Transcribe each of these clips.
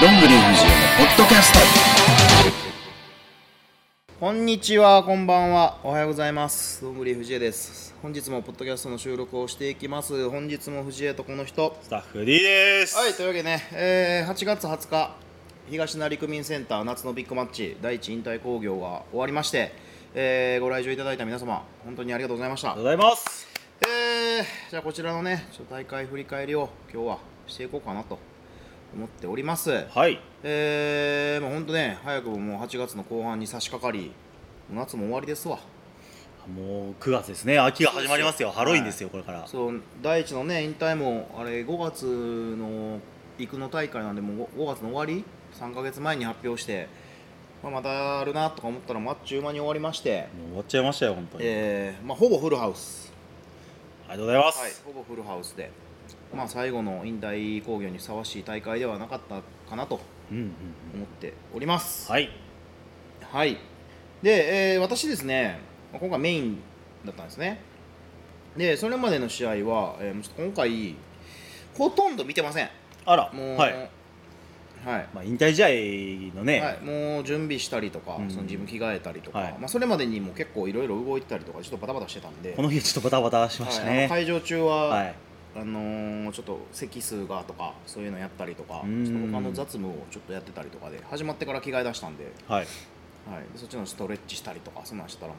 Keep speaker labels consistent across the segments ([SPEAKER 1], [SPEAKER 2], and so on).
[SPEAKER 1] どんぐり藤枝のポッドキャスト
[SPEAKER 2] こんにちは、こんばんは、おはようございます。どんぐり藤江です。本日もポッドキャストの収録をしていきます。本日も藤江とこの人。
[SPEAKER 3] スタッフ D です。
[SPEAKER 2] はい、というわけでね、えー8月20日、東成区民センター夏のビッグマッチ第一引退興行が終わりまして、えーご来場いただいた皆様、本当にありがとうございました
[SPEAKER 3] ありがとう。ございます。
[SPEAKER 2] えーじゃあこちらのね、ちょっと大会振り返りを今日はしていこうかなと思っております。
[SPEAKER 3] はい。
[SPEAKER 2] えー、もう本当ね、早くももう8月の後半に差し掛かり、もう夏も終わりですわ。
[SPEAKER 3] もう9月ですね。秋が始まりますよ。ハロウィンですよ、これから。
[SPEAKER 2] そう第一のね引退もあれ5月の行くの大会なんでもう 5, 月の終わり3か月前に発表して、まあ、またあるなとか思ったらまああっちゅう間に終わりまして、
[SPEAKER 3] もう終わっちゃいましたよ、本当に。
[SPEAKER 2] えーまあ、ほぼフルハウス、
[SPEAKER 3] ありがとうございま
[SPEAKER 2] はい
[SPEAKER 3] す。、
[SPEAKER 2] ほぼフルハウスで、まあ、最後の引退興行にふさわしい大会ではなかったかなと
[SPEAKER 3] うんうんうん。
[SPEAKER 2] 思っております。
[SPEAKER 3] はい。
[SPEAKER 2] はい。で、えー私ですね、まあ今回メインだったんですね。で、それまでの試合は、えーもうちょっと今回、ほとんど見てません。
[SPEAKER 3] あら、
[SPEAKER 2] もう、
[SPEAKER 3] は。
[SPEAKER 2] はいい。
[SPEAKER 3] まあ引退試合の
[SPEAKER 2] は
[SPEAKER 3] ね
[SPEAKER 2] い、、もう準備したりとか、
[SPEAKER 3] うん
[SPEAKER 2] その自分着替えたりとか、
[SPEAKER 3] はい
[SPEAKER 2] まあ、それまでにも結構いろいろ動いてたりとか、ちょっとバタバタしてたんで、
[SPEAKER 3] この日ちょっとバタバタしました
[SPEAKER 2] はいあの
[SPEAKER 3] ね。
[SPEAKER 2] 会場中は、
[SPEAKER 3] はい。
[SPEAKER 2] あのーちょっと席数がとか、そういうのやったりとか、
[SPEAKER 3] うん
[SPEAKER 2] ちょっと他の雑務をちょっとやってたりとかで、始まってから着替え出したんで、
[SPEAKER 3] はい。
[SPEAKER 2] はい、でそっちのストレッチしたりとか、そんなんしてたらも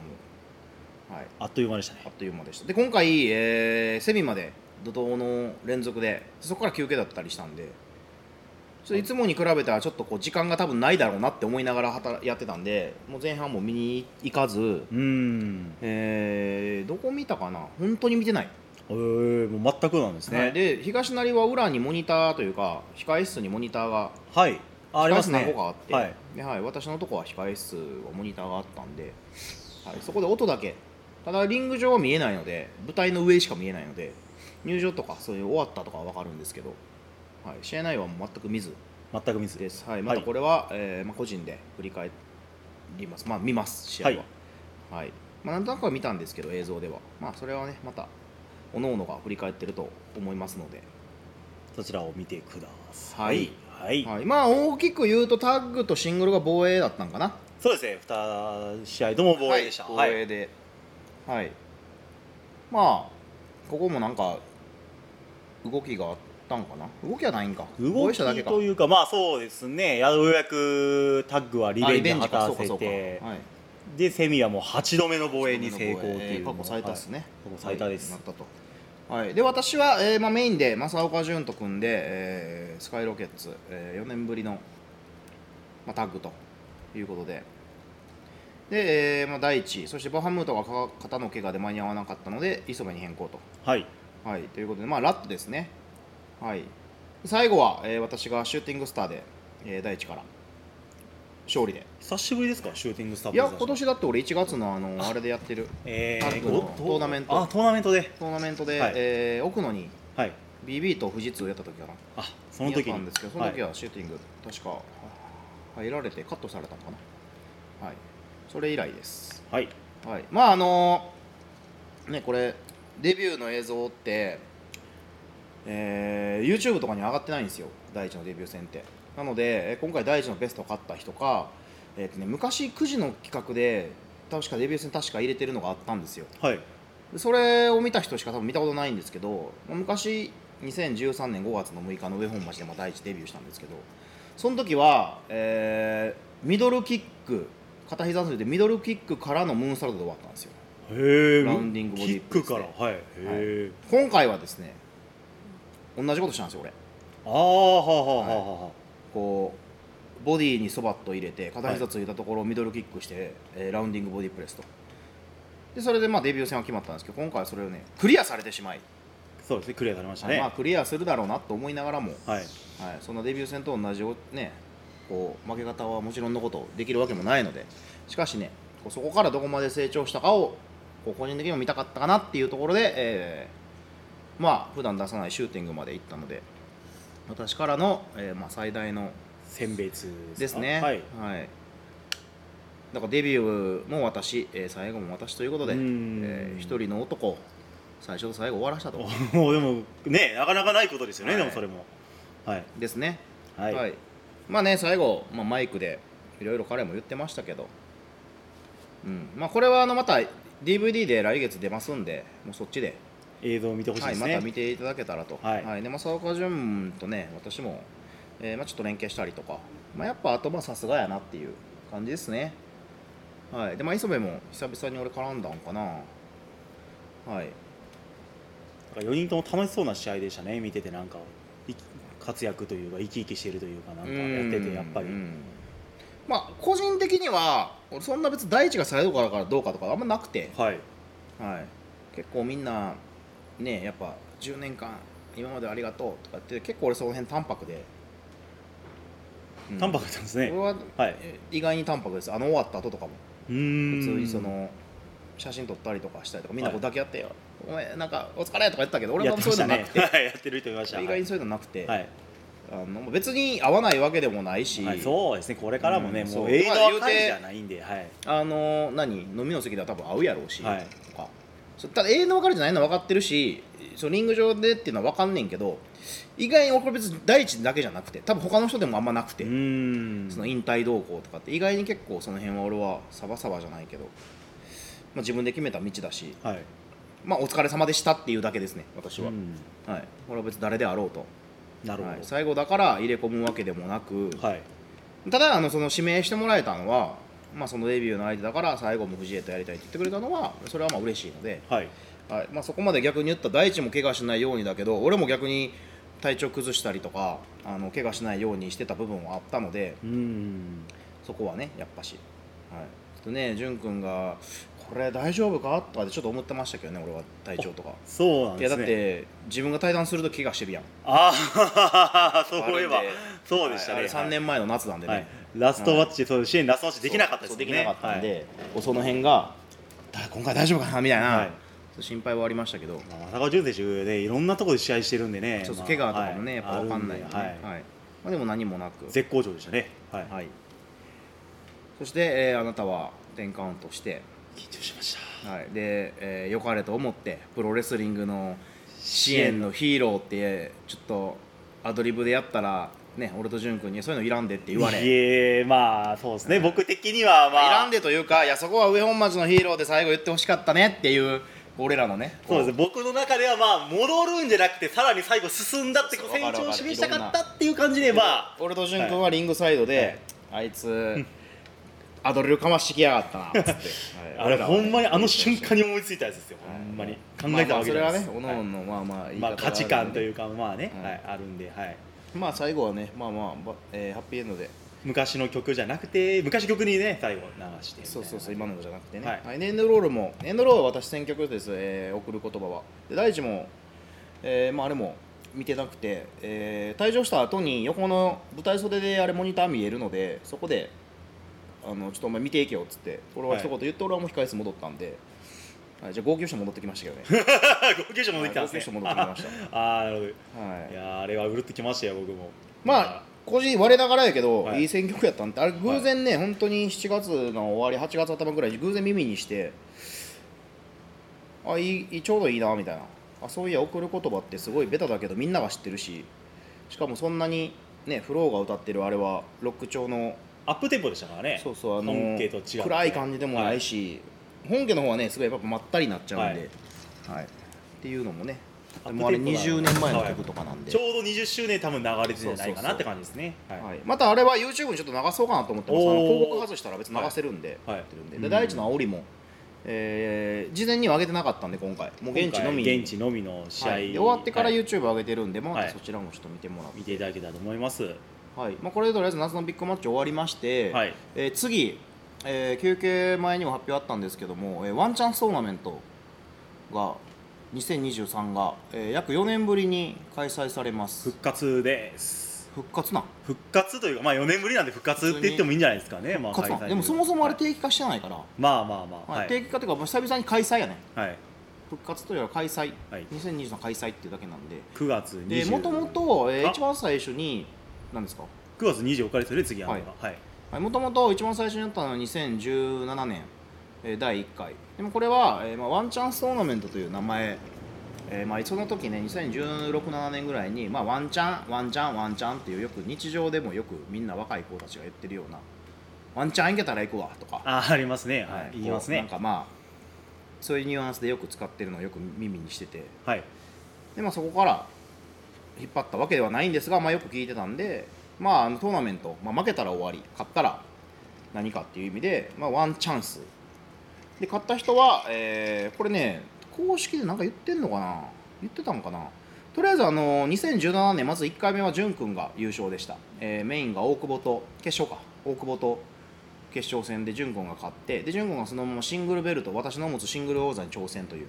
[SPEAKER 2] う、はい、
[SPEAKER 3] あっという間でした
[SPEAKER 2] あ
[SPEAKER 3] ね
[SPEAKER 2] っ。という間でしたで今回、えーセミまで怒涛の連続でそこから休憩だったりしたんでちょっといつもに比べたらちょっとこう時間が多分ないだろうなって思いながら働やってたんでもう前半も見に行かず、
[SPEAKER 3] うーん。
[SPEAKER 2] えーどこ見たかな本当に見てない、
[SPEAKER 3] えー、もう全くなんです
[SPEAKER 2] はい
[SPEAKER 3] ね。
[SPEAKER 2] で東成は裏にモニターというか控え室にモニターが
[SPEAKER 3] はい。ああり
[SPEAKER 2] 控え
[SPEAKER 3] ます
[SPEAKER 2] 室何個
[SPEAKER 3] ね
[SPEAKER 2] かあっ。て、
[SPEAKER 3] はい。
[SPEAKER 2] ではい私のとこは控え室はモニターがあったんで、はい、そこで音だけただリング上は見えないので舞台の上しか見えないので入場とかそういう終わったとかは分かるんですけど、はい、試合内容はもう全く見ず
[SPEAKER 3] 全くミス
[SPEAKER 2] で。す、はい、またこれは、えーまあ、個人で振り返りますまあ見ます試合は、
[SPEAKER 3] はい
[SPEAKER 2] はいまあ、なんとなくは見たんですけど映像ではまあそれはねまた各々が振り返ってると思いますので
[SPEAKER 3] そちらを見てくださ
[SPEAKER 2] はい
[SPEAKER 3] い。はい。
[SPEAKER 2] はい、まあ大きく言うとタッグとシングルが防衛だったんかな
[SPEAKER 3] そうですね。2試合とも防衛でした。
[SPEAKER 2] はい、
[SPEAKER 3] は
[SPEAKER 2] 防衛
[SPEAKER 3] い。
[SPEAKER 2] で、はいまあここもなんか動きがあったんかな動きはないんか防
[SPEAKER 3] 動
[SPEAKER 2] 衛しただけ
[SPEAKER 3] き
[SPEAKER 2] か
[SPEAKER 3] というか、まあそうですね、やようやくタッグはリ
[SPEAKER 2] あ
[SPEAKER 3] ベンジ果
[SPEAKER 2] か
[SPEAKER 3] た
[SPEAKER 2] そうか
[SPEAKER 3] せ
[SPEAKER 2] そうか、
[SPEAKER 3] て、
[SPEAKER 2] はい、
[SPEAKER 3] で、セミはもう8度目の防衛に成功と
[SPEAKER 2] え
[SPEAKER 3] い
[SPEAKER 2] ー
[SPEAKER 3] う
[SPEAKER 2] 過去
[SPEAKER 3] のも、
[SPEAKER 2] 最多ですね、
[SPEAKER 3] 過去最多です
[SPEAKER 2] はいなったと、はい、で私は、えーまあ、メインで正岡潤と組んで、えースカイロケッツ、え4年ぶりの、まあ、タッグということでで、えーまあ、第一そしてバハムートがか肩の怪我で間に合わなかったので磯部に変更と
[SPEAKER 3] はい、はい、
[SPEAKER 2] はい、ということで、まあ、ラットですね。はい、最後は、えー私がシューティングスターで、えー第一から勝利で。
[SPEAKER 3] 久しぶりですか、シューティングスタ
[SPEAKER 2] い
[SPEAKER 3] ープレ
[SPEAKER 2] や、
[SPEAKER 3] ザー
[SPEAKER 2] 今年だって俺1月のあのあれでやってる
[SPEAKER 3] え
[SPEAKER 2] タッグの
[SPEAKER 3] ご
[SPEAKER 2] トーナメント
[SPEAKER 3] あ、トーナメントで、
[SPEAKER 2] トーナメントで、
[SPEAKER 3] はい
[SPEAKER 2] えー奥野に
[SPEAKER 3] はい、
[SPEAKER 2] BB と富士通やった時かな。
[SPEAKER 3] あその時に
[SPEAKER 2] やったんですけど、その時
[SPEAKER 3] は
[SPEAKER 2] はシューティング、確かは入られてカットされたのかな。はい、それ以来です。
[SPEAKER 3] い、はい、
[SPEAKER 2] はい、まああのねこれデビューの映像って、えー YouTube とかに上がってないんですよ第一のデビュー戦ってなのでえー今回第一のベストを勝った人か、えーとね、昔9時の企画で確かデビュー戦確か入れてるのがあったんですよ
[SPEAKER 3] はい、
[SPEAKER 2] でそれを見た人しか多分見たことないんですけどまあ昔2013年5月の6日の上本町でも第一デビューしたんですけどその時は、えーミドルキック片膝ついてミドルキックからのムーンサルトで終わったんですよ
[SPEAKER 3] へー
[SPEAKER 2] ラウンディングボディ
[SPEAKER 3] キックから、
[SPEAKER 2] プ
[SPEAKER 3] はい、へえ、
[SPEAKER 2] 今回はですね同じことしたんですよ俺
[SPEAKER 3] あーはあはあはあはあ、
[SPEAKER 2] こうボディにそばっと入れて片膝ついたところをミドルキックして、えーラウンディングボディプレスとでそれでまあデビュー戦は決まったんですけど今回はそれをねクリアされてしまい、
[SPEAKER 3] そうですね、クリアされました
[SPEAKER 2] まあ
[SPEAKER 3] ね、
[SPEAKER 2] クリアするだろうなと思いながらも、
[SPEAKER 3] はい、
[SPEAKER 2] はい、そんなデビュー戦と同じねこう負け方はもちろんのことできるわけもないのでしかしねこうそこからどこまで成長したかをこう個人的にも見たかったかなっていうところで、えーまあ普段出さないシューティングまで行ったので私からの、えーまあ、最大の
[SPEAKER 3] 選別か
[SPEAKER 2] ですね
[SPEAKER 3] はい、
[SPEAKER 2] はい、だからデビューも私、えー最後も私ということで、え
[SPEAKER 3] うーん
[SPEAKER 2] ー一人の男を最初と最後終わらしたと
[SPEAKER 3] もうでもねなかなかないことですよね、
[SPEAKER 2] はい
[SPEAKER 3] でもそれもはい
[SPEAKER 2] ですね
[SPEAKER 3] はい、
[SPEAKER 2] はいまあね最後、まあ、マイクでいろいろ彼も言ってましたけど、うんまあ、これはあのまた DVD で来月出ますんでもうそっちで
[SPEAKER 3] 映像を見てほしい
[SPEAKER 2] は
[SPEAKER 3] で
[SPEAKER 2] い、
[SPEAKER 3] す
[SPEAKER 2] ま
[SPEAKER 3] ね、
[SPEAKER 2] た見ていただけたらと、
[SPEAKER 3] はい
[SPEAKER 2] で正岡潤とね私も、えーまあ、ちょっと連携したりとか、まあ、やっぱあとまあさすがやなっていう感じですね、はい、で、まあ、磯部も久々に俺絡んだんかな、はい、
[SPEAKER 3] 4人とも楽しそうな試合でしたね見ててなんかいき活躍というか生き生きしてるというかなんかやっててやっぱり、
[SPEAKER 2] うんまあ、個人的には俺そんな別に第一がサイドからからどうかとかあんまなくて、
[SPEAKER 3] はい
[SPEAKER 2] はい、結構みんなねやっぱ10年間今までありがとうとかって結構俺その辺淡白で、うん
[SPEAKER 3] 淡白だったんですね
[SPEAKER 2] 俺は
[SPEAKER 3] はい
[SPEAKER 2] 意外に淡白ですあの終わった後とかも普
[SPEAKER 3] うーん
[SPEAKER 2] 通にその写真撮ったりとかしたりとかみんなこう抱き合ってよ、お前なんかお疲れとか言ってたけど俺
[SPEAKER 3] やっ
[SPEAKER 2] はそ
[SPEAKER 3] てま
[SPEAKER 2] うい
[SPEAKER 3] し
[SPEAKER 2] うのな
[SPEAKER 3] たね
[SPEAKER 2] くて、
[SPEAKER 3] はいやってる人いまし た
[SPEAKER 2] 意外にそういうのなくて、
[SPEAKER 3] はい、
[SPEAKER 2] あの別に合わないわけでもないし、
[SPEAKER 3] はい、そうですねこれからもね、
[SPEAKER 2] うん
[SPEAKER 3] も
[SPEAKER 2] そう
[SPEAKER 3] う映画
[SPEAKER 2] まあ言
[SPEAKER 3] は
[SPEAKER 2] うて
[SPEAKER 3] 感じじゃないんで、はい
[SPEAKER 2] あの何飲みの席では多分合うやろうし、
[SPEAKER 3] はい
[SPEAKER 2] とかそうただ永遠の別れじゃないのは分かってるしそのリング上でっていうのは分かんねんけど意外に俺これ別に第一だけじゃなくて多分他の人でもあんまなくて、
[SPEAKER 3] うーん
[SPEAKER 2] その引退動向とかって意外に結構その辺は俺はサバサバじゃないけど、まあ、自分で決めた道だし、
[SPEAKER 3] はい
[SPEAKER 2] まあ、お疲れ様でしたっていうだけですね私は、
[SPEAKER 3] うん
[SPEAKER 2] はい、これは別に誰であろうと、
[SPEAKER 3] なるほど
[SPEAKER 2] はい最後だから入れ込むわけでもなく、
[SPEAKER 3] はい
[SPEAKER 2] ただあのその指名してもらえたのは、まあ、そのデビューの相手だから最後も藤江とやりたいって言ってくれたのはそれはまあ嬉しいので、
[SPEAKER 3] はい
[SPEAKER 2] はいまあ、そこまで逆に言った大地も怪我しないようにだけど俺も逆に体調崩したりとかあの怪我しないようにしてた部分はあったので
[SPEAKER 3] うーん
[SPEAKER 2] そこはねやっぱし、はい、ちょっとね潤君がこれ大丈夫かとかでちょっと思ってましたけどね俺は体調とか。
[SPEAKER 3] そうなん
[SPEAKER 2] い
[SPEAKER 3] で
[SPEAKER 2] やだ
[SPEAKER 3] すね
[SPEAKER 2] って自分が退団すると怪我してるやん
[SPEAKER 3] ああそういえば
[SPEAKER 2] あれで
[SPEAKER 3] そうでしたね、
[SPEAKER 2] はいあれ3年前の夏なんでね、
[SPEAKER 3] はい、ラストマッチ、そう支援ラストマッチできなかったです
[SPEAKER 2] そう
[SPEAKER 3] も
[SPEAKER 2] んで
[SPEAKER 3] ね
[SPEAKER 2] きなかったんで、こうその辺がだ今回大丈夫かなみたいな、
[SPEAKER 3] はい
[SPEAKER 2] そう心配はありましたけど、
[SPEAKER 3] はいまあ、まさか潤選手でいろんなところで試合してるんでね
[SPEAKER 2] ちょっと
[SPEAKER 3] まあ
[SPEAKER 2] 怪我とかもね、
[SPEAKER 3] は
[SPEAKER 2] やっぱ分かんないよね、
[SPEAKER 3] あ
[SPEAKER 2] は
[SPEAKER 3] る
[SPEAKER 2] い
[SPEAKER 3] ではい
[SPEAKER 2] まあ、でも何もなく、
[SPEAKER 3] 絶好調でしたねはい、
[SPEAKER 2] はい、そして、えーあなたは10カウントして、
[SPEAKER 3] 緊張しました
[SPEAKER 2] はいでえーよかれと思ってプロレスリングの支援のヒーローってちょっとアドリブでやったら、ね、俺と潤君にそういうのいらんでって言われ。
[SPEAKER 3] いえまあそうですね、僕的にはまあ
[SPEAKER 2] いらんでというかいやそこは上本町のヒーローで最後言ってほしかったねっていう俺らのね
[SPEAKER 3] そうですね僕の中ではまあ戻るんじゃなくてさらに最後進んだってこう
[SPEAKER 2] そう
[SPEAKER 3] 成
[SPEAKER 2] わかる
[SPEAKER 3] 長
[SPEAKER 2] わ
[SPEAKER 3] を
[SPEAKER 2] かる
[SPEAKER 3] 示したかったっていう感じでまあ
[SPEAKER 2] 俺と潤君はリングサイドで、あいつアドリルかましてきやがったなっつって、はい
[SPEAKER 3] あれほんまにあの瞬間に思いついたやつですよ、ほんまに考えたわけじゃないです、
[SPEAKER 2] まあまあそれはねおのおのまあまあ言い
[SPEAKER 3] ま
[SPEAKER 2] 方
[SPEAKER 3] あ、価値観といううかまあね、
[SPEAKER 2] うん
[SPEAKER 3] はい、あるんで、はい、
[SPEAKER 2] まあ最後はねまあまあ、ばえーハッピーエンドで
[SPEAKER 3] 昔の曲じゃなくて昔の曲にね最後流してみた
[SPEAKER 2] そ
[SPEAKER 3] いな
[SPEAKER 2] うそうそう今のじゃなくてね、
[SPEAKER 3] は
[SPEAKER 2] はいいエンドロールもエンドロールは私選曲です、えー送る言葉はで大地も、えーまあ、あれも見てなくて、えー退場した後に横の舞台袖であれモニター見えるのでそこであの「ちょっとお前見ていけよ」っつって俺は一言言って、俺はもう控え室戻ったんで、はい、じゃあ号泣して戻ってきましたけど ね
[SPEAKER 3] 号泣者戻ってきたんですね
[SPEAKER 2] はい号泣者戻ってきま
[SPEAKER 3] した ああな
[SPEAKER 2] は
[SPEAKER 3] るほどい
[SPEAKER 2] い
[SPEAKER 3] やーあれはうるってきましたよ僕も
[SPEAKER 2] まあ個人我ながらやけど、
[SPEAKER 3] はい
[SPEAKER 2] い、い選曲やったんってあれ偶然ね、本当に7月の終わり8月頭ぐらいに偶然耳にしてあいいいいちょうどいいなみたいなあそういや「送る言葉」ってすごいベタだけどみんなが知ってるししかもそんなにねフローが歌ってるあれはロック調の
[SPEAKER 3] アップテンポでしたからね
[SPEAKER 2] そうそうあの
[SPEAKER 3] 本家と違って
[SPEAKER 2] 暗い感じでもないし、本家の方はねすごいやっぱまったりになっちゃうんで、はいっていうのもね
[SPEAKER 3] アップテンポだ
[SPEAKER 2] もうあれ20年前の曲とかなんで、
[SPEAKER 3] ちょうど20周年多分流れてるんじゃないかなって感じですねはい
[SPEAKER 2] はい、またあれは YouTube にちょっと流そうかなと思ってますあ
[SPEAKER 3] おー
[SPEAKER 2] の広告外したら別に流せるんで,、
[SPEAKER 3] はいはい
[SPEAKER 2] やってるんで
[SPEAKER 3] う
[SPEAKER 2] で
[SPEAKER 3] ん
[SPEAKER 2] 第一の煽りも、えー事前には上げてなかったんで今回もう現地のみ
[SPEAKER 3] 今回現地のみの試合、
[SPEAKER 2] はいで終わってから
[SPEAKER 3] はい
[SPEAKER 2] YouTube 上げてるんで、ま
[SPEAKER 3] は
[SPEAKER 2] た
[SPEAKER 3] い
[SPEAKER 2] そちらもちょっと見てもらって、
[SPEAKER 3] 見ていただけたらと思います
[SPEAKER 2] はいまあ、これでとりあえず夏のビッグマッチ終わりまして、
[SPEAKER 3] はい
[SPEAKER 2] えー次、えー休憩前にも発表あったんですけども、えーワンチャンストーナメントが2023が、えー約4年ぶりに開催されます
[SPEAKER 3] 復活です
[SPEAKER 2] 復活なん
[SPEAKER 3] 復活というかまあ4年ぶりなんで復活って言ってもいいんじゃないですかねまあ
[SPEAKER 2] 復活なん
[SPEAKER 3] 開催
[SPEAKER 2] でもそもそもあれ
[SPEAKER 3] はい
[SPEAKER 2] 定期化してないから、
[SPEAKER 3] まあまあまあ
[SPEAKER 2] は、
[SPEAKER 3] はいい
[SPEAKER 2] 定期化というか、まあ久々に開催やね
[SPEAKER 3] はい
[SPEAKER 2] 復活というよりは開催、
[SPEAKER 3] はい
[SPEAKER 2] 2020の開催っていうだけなんで
[SPEAKER 3] 9月
[SPEAKER 2] で
[SPEAKER 3] 20
[SPEAKER 2] もともと、えー
[SPEAKER 3] あ
[SPEAKER 2] 一番最初に何ですか
[SPEAKER 3] 9月24日ですよね次あるのがはい
[SPEAKER 2] もともと一番最初にやったのは2017年、えー第1回でもこれは、えーまあ、ワンチャンストーナメントという名前えーまあ、その時ね2016、7年ぐらいに、まあ、ワンチャン、ワンチャン、ワンチャンっていうよく日常でもよくみんな若い子たちが言ってるようなワンチャンいけたら行くわとか、
[SPEAKER 3] あありますね、はい
[SPEAKER 2] こう
[SPEAKER 3] 言います
[SPEAKER 2] なん
[SPEAKER 3] ね
[SPEAKER 2] かまあそういうニュアンスでよく使ってるのをよく耳にしてて
[SPEAKER 3] はい
[SPEAKER 2] で、まあ、そこから引っ張ったわけではないんですが、まあ、よく聞いてたんで、まあ、あのトーナメント、まあ、負けたら終わり勝ったら何かっていう意味で、まあ、ワンチャンスで勝った人は、えーこれね公式で何か言ってんのかな言ってたのかなとりあえずあの2017年まず1回目は潤君が優勝でした、えーメインが大久保と決勝か大久保と決勝戦で潤君が勝ってで潤君がそのままシングルベルト私の持つシングル王座に挑戦という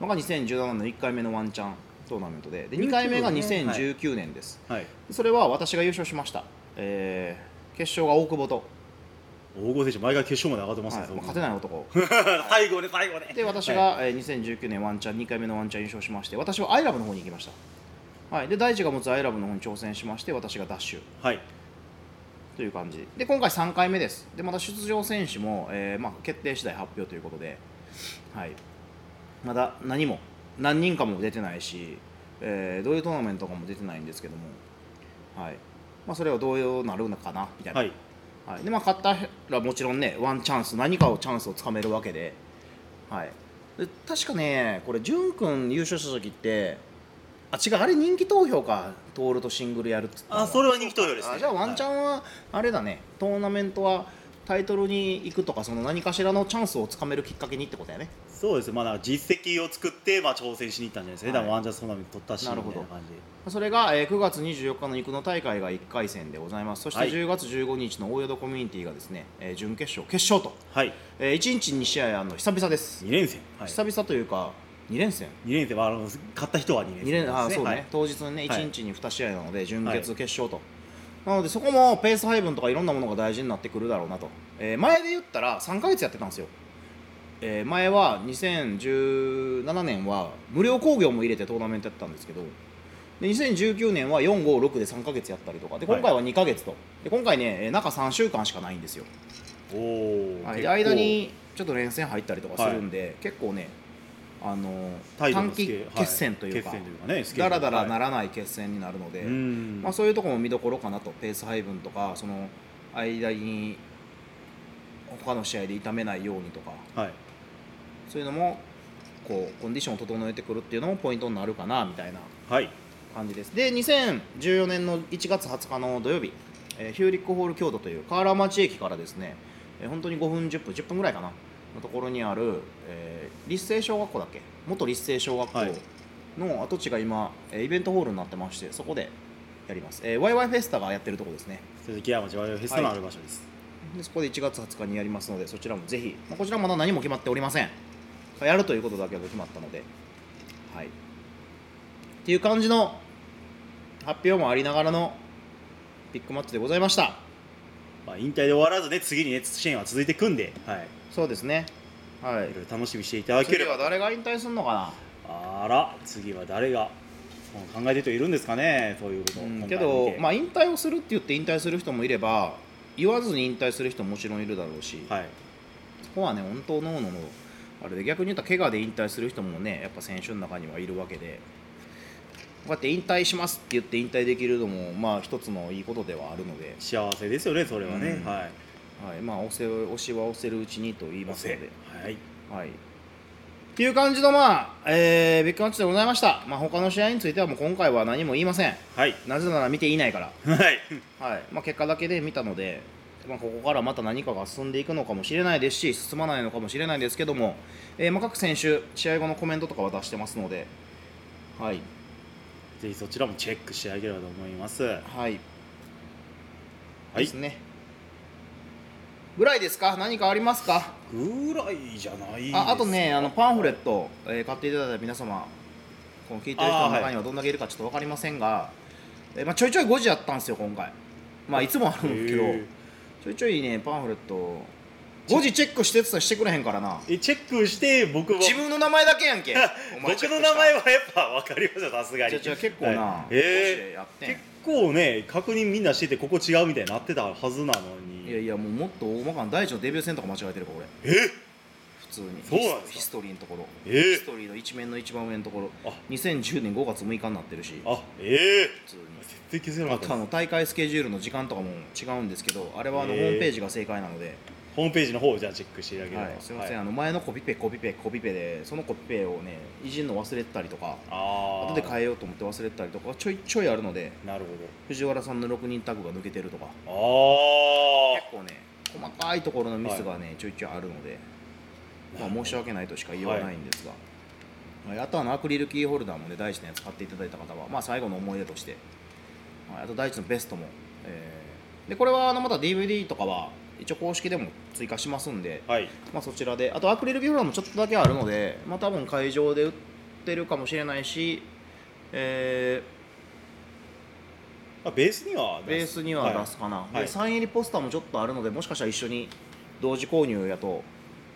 [SPEAKER 2] のが2017年の1回目のワンチャントーナメントでで2回目が2019年です、
[SPEAKER 3] はい
[SPEAKER 2] それは私が優勝しました、えー決勝が大久保と、
[SPEAKER 3] 大郷選手毎回決勝まで上がってます
[SPEAKER 2] はい
[SPEAKER 3] ね
[SPEAKER 2] まあ
[SPEAKER 3] そんな
[SPEAKER 2] 勝てない男
[SPEAKER 3] 最後ね最後ね
[SPEAKER 2] で私が、えー2019年ワンチャン2回目のワンチャン優勝しまして私はアイラブの方に行きました、はい、で大地が持つアイラブの方に挑戦しまして私がダッシュ
[SPEAKER 3] はい
[SPEAKER 2] という感じで今回3回目ですでまた出場選手も、えーまあ、決定次第発表ということで、はい、まだ何も何人かも出てないし、えーどういうトーナメントかも出てないんですけども、はいまあ、それはどうなるのかなみたいな、
[SPEAKER 3] はい
[SPEAKER 2] はい、でまあ勝ったらもちろんねワンチャンス何かをチャンスをつかめるわけで,、はい、で確かねこれ潤君優勝した時ってあ違うあれ人気投票かトールとシングルやるっつったの
[SPEAKER 3] あそれは人気投票です
[SPEAKER 2] あ
[SPEAKER 3] ね
[SPEAKER 2] じゃあワンチャ
[SPEAKER 3] ン
[SPEAKER 2] ンはあれだね、トーナメントはタイトルに行くとかその何かしらのチャンスをつかめるきっかけにってことやね
[SPEAKER 3] そうですまあなんか実績を作ってまあ挑戦しに行ったんじゃないですかね
[SPEAKER 2] は
[SPEAKER 3] だ
[SPEAKER 2] い
[SPEAKER 3] からワンチャントーナメント取ったしみ
[SPEAKER 2] な
[SPEAKER 3] た
[SPEAKER 2] る
[SPEAKER 3] い
[SPEAKER 2] ほ
[SPEAKER 3] な
[SPEAKER 2] ど
[SPEAKER 3] 感じ
[SPEAKER 2] それが、えー9月24日の育の大会が1回戦でございますそして
[SPEAKER 3] はい
[SPEAKER 2] 10月15日の大淀コミュニティがですね、えー準決勝決勝と、
[SPEAKER 3] はい
[SPEAKER 2] え1日2試合あるの久々です、
[SPEAKER 3] 2連戦はい
[SPEAKER 2] 久々というか2連戦
[SPEAKER 3] 2連戦はあの勝った人は2連
[SPEAKER 2] 二
[SPEAKER 3] 戦
[SPEAKER 2] 連あそうね、
[SPEAKER 3] はい
[SPEAKER 2] 当日のね
[SPEAKER 3] はい
[SPEAKER 2] 1日に2試合なので準
[SPEAKER 3] はい
[SPEAKER 2] 決決勝と、なのでそこもペース配分とかいろんなものが大事になってくるだろうなと、えー前で言ったら3ヶ月やってたんですよ、えー前は2017年は無料興行も入れてトーナメントやってたんですけどで2019年は456で3ヶ月やったりとかで今回は2ヶ月と、で今回ねえー中3週間しかないんですよ、
[SPEAKER 3] おお
[SPEAKER 2] はい、で間にちょっと連戦入ったりとかするんで、結構ねあのー短期決戦というか、
[SPEAKER 3] 決戦というかねスケー
[SPEAKER 2] だ
[SPEAKER 3] ル
[SPEAKER 2] らだら
[SPEAKER 3] はい
[SPEAKER 2] ならない決戦になるので、
[SPEAKER 3] うん
[SPEAKER 2] まあ、そういうところも見どころかなとペース配分とかその間に他の試合で痛めないようにとか
[SPEAKER 3] はい
[SPEAKER 2] そういうのもこうコンディションを整えてくるっていうのもポイントになるかなみたいな
[SPEAKER 3] はい
[SPEAKER 2] 感じですで2014年の1月20日の土曜日、えーヒューリックホール京都という河原町駅からですね、えー本当に5分10分10分ぐらいかなのところにある、えー立成小学校だっけ元立成小学校
[SPEAKER 3] はい
[SPEAKER 2] の跡地が今、えーイベントホールになってましてそこでやります、えー、ワイワイフェスタがやってるとこですね
[SPEAKER 3] 鈴木山町ワイワイフェスタのある場所です
[SPEAKER 2] でそこで1月20日にやりますのでそちらもぜひ、まあ、こちらまだ何も決まっておりませんやるということだけが決まったのではいっていう感じの発表もありながらのビッグマッチでございました
[SPEAKER 3] まあ引退で終わらずね次にね支援は続いていくんではい
[SPEAKER 2] そうですねはい
[SPEAKER 3] いろいろ楽しみにしていただけ
[SPEAKER 2] 次
[SPEAKER 3] れ
[SPEAKER 2] は
[SPEAKER 3] ば
[SPEAKER 2] 誰が引退するのか
[SPEAKER 3] あら次は誰がそう考えてる人いるんですかねそういうこと
[SPEAKER 2] な、
[SPEAKER 3] を
[SPEAKER 2] うん
[SPEAKER 3] 今
[SPEAKER 2] け
[SPEAKER 3] 回
[SPEAKER 2] ど
[SPEAKER 3] 見、て
[SPEAKER 2] まあ、引退をするって言って引退する人もいれば言わずに引退する人ももちろんいるだろうし、
[SPEAKER 3] はい
[SPEAKER 2] そこはね本当のののあれで逆に言ったら怪我で引退する人もねやっぱ選手の中にはいるわけでこうやって引退しますって言って引退できるのもまあ一つのいいことではあるので、
[SPEAKER 3] 幸せですよねそれはね、
[SPEAKER 2] うん
[SPEAKER 3] はい
[SPEAKER 2] はいまあ、押せ押しは押せるうちにと言いますので。
[SPEAKER 3] はい
[SPEAKER 2] はいっていう感じの、まあえービッグマッチでございました、まあ、他の試合についてはもう今回は何も言いません、
[SPEAKER 3] はい
[SPEAKER 2] なぜなら見ていないから、
[SPEAKER 3] はい
[SPEAKER 2] はいまあ、結果だけで見たので、まあ、ここからまた何かが進んでいくのかもしれないですし進まないのかもしれないですけども、えーまあ各選手試合後のコメントとかは出してますのではい
[SPEAKER 3] ぜひそちらもチェックしてあげればと思いますは
[SPEAKER 2] はい、
[SPEAKER 3] い
[SPEAKER 2] ですねぐらいですか何かありますか
[SPEAKER 3] ぐらいじゃないです
[SPEAKER 2] ああとねあのパンフレット、えー買っていただいた皆様この聞いてる人の中にはどんだけいるかちょっと分かりませんが、えーまあ、ちょいちょい5時やったんですよ今回まあいつもあるんですけど
[SPEAKER 3] へー
[SPEAKER 2] ちょいちょいねパンフレット5時チェックしてって言ったらしてくれへんから な
[SPEAKER 3] えチェックして僕は
[SPEAKER 2] 自分の名前だけやんけ お前
[SPEAKER 3] 僕
[SPEAKER 2] チェッ
[SPEAKER 3] の
[SPEAKER 2] ク
[SPEAKER 3] 名前
[SPEAKER 2] し
[SPEAKER 3] はやっぱ分かりましたさすが
[SPEAKER 2] た
[SPEAKER 3] に
[SPEAKER 2] じゃあじゃあ結構な、
[SPEAKER 3] はい
[SPEAKER 2] 5時
[SPEAKER 3] え
[SPEAKER 2] やって
[SPEAKER 3] ー
[SPEAKER 2] ん
[SPEAKER 3] 結構ね確認みんなしててここ違うみたいになってたはずなの
[SPEAKER 2] いや
[SPEAKER 3] に
[SPEAKER 2] いやもうもっと大まかな大地のデビュー戦とか間違えてるか俺
[SPEAKER 3] え
[SPEAKER 2] 普通に
[SPEAKER 3] そうなんですか
[SPEAKER 2] ヒストリーのところ、
[SPEAKER 3] ええ
[SPEAKER 2] ヒストリーの一面の一番上のところ
[SPEAKER 3] あ
[SPEAKER 2] 2010年5月6日になってるし
[SPEAKER 3] あええ
[SPEAKER 2] 普通に
[SPEAKER 3] 絶対気づかな
[SPEAKER 2] あ
[SPEAKER 3] かっ
[SPEAKER 2] と
[SPEAKER 3] た
[SPEAKER 2] あ
[SPEAKER 3] で
[SPEAKER 2] の
[SPEAKER 3] す
[SPEAKER 2] 大会スケジュールの時間とかも違うんですけどあれはあの
[SPEAKER 3] え
[SPEAKER 2] ホ
[SPEAKER 3] え
[SPEAKER 2] ームページが正解なので、
[SPEAKER 3] ホームページの方をじゃあチェックしていただければ、
[SPEAKER 2] はい、すみません、
[SPEAKER 3] はい
[SPEAKER 2] あの前のコピペコピペコピペでそのコピペをねいじるの忘れてたりとか
[SPEAKER 3] あー
[SPEAKER 2] 後で変えようと思って忘れてたりとかちょいちょいあるので
[SPEAKER 3] なるほ
[SPEAKER 2] 藤原さんの6人タグが抜けてるとか
[SPEAKER 3] どあ
[SPEAKER 2] 結構ね細かいところのミスがね、ちょいちょいあるので、
[SPEAKER 3] あ
[SPEAKER 2] まあ、申し訳ないとしか言いようがないんですが、はいあとあのアクリルキーホルダーもね大地のやつ買っていただいた方は、まあ、最後の思い出として、はいあと大地のベストも、えーでこれはあのまた DVD とかは一応公式でも追加しますんで、
[SPEAKER 3] はい
[SPEAKER 2] まあ、そちらであとアクリルキーホルダーもちょっとだけあるので、まあ、多分会場で売ってるかもしれないし、えー
[SPEAKER 3] あベースには
[SPEAKER 2] ベースには出すかな、でサイン入りポスターもちょっとあるのでもしかしたら一緒に同時購入やと、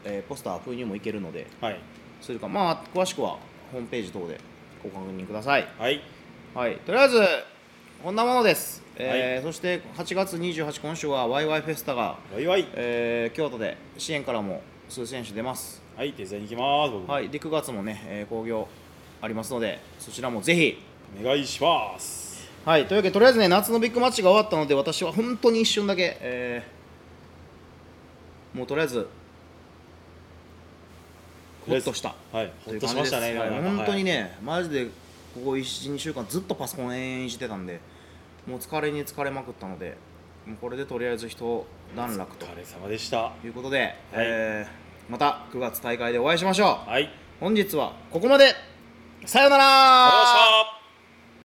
[SPEAKER 2] えーポスター封入もいけるので
[SPEAKER 3] はいはい、
[SPEAKER 2] それかまあ詳しくはホームページ等でご確認ください
[SPEAKER 3] はい
[SPEAKER 2] はいとりあえずこんなものです、えーそして8月28今週はワイワイフェスタが、
[SPEAKER 3] わいわい
[SPEAKER 2] えー京都で支援からも数選手出ます
[SPEAKER 3] はい手伝いに行きます僕、
[SPEAKER 2] はいで9月もね、えー興行ありますのでそちらもぜひ
[SPEAKER 3] お願いします
[SPEAKER 2] はい、というわけでとりあえずね夏のビッグマッチが終わったので私は本当に一瞬だけ、えーもうとりあえずほっとした
[SPEAKER 3] はい
[SPEAKER 2] と
[SPEAKER 3] ほ
[SPEAKER 2] い
[SPEAKER 3] っ
[SPEAKER 2] う
[SPEAKER 3] と
[SPEAKER 2] 感
[SPEAKER 3] し
[SPEAKER 2] じ
[SPEAKER 3] ま
[SPEAKER 2] で
[SPEAKER 3] し
[SPEAKER 2] す
[SPEAKER 3] たね
[SPEAKER 2] はい
[SPEAKER 3] なんか
[SPEAKER 2] 本当に
[SPEAKER 3] はい
[SPEAKER 2] ね、マジでここ12週間ずっとパソコン延々してたんでもう疲れに疲れまくったのでもうこれでとりあえず一段落と
[SPEAKER 3] お疲れ様でした
[SPEAKER 2] いうことで、えーまた9月大会でお会いしましょう
[SPEAKER 3] はいありがとうございま
[SPEAKER 2] 本日はここまでさようなら
[SPEAKER 3] した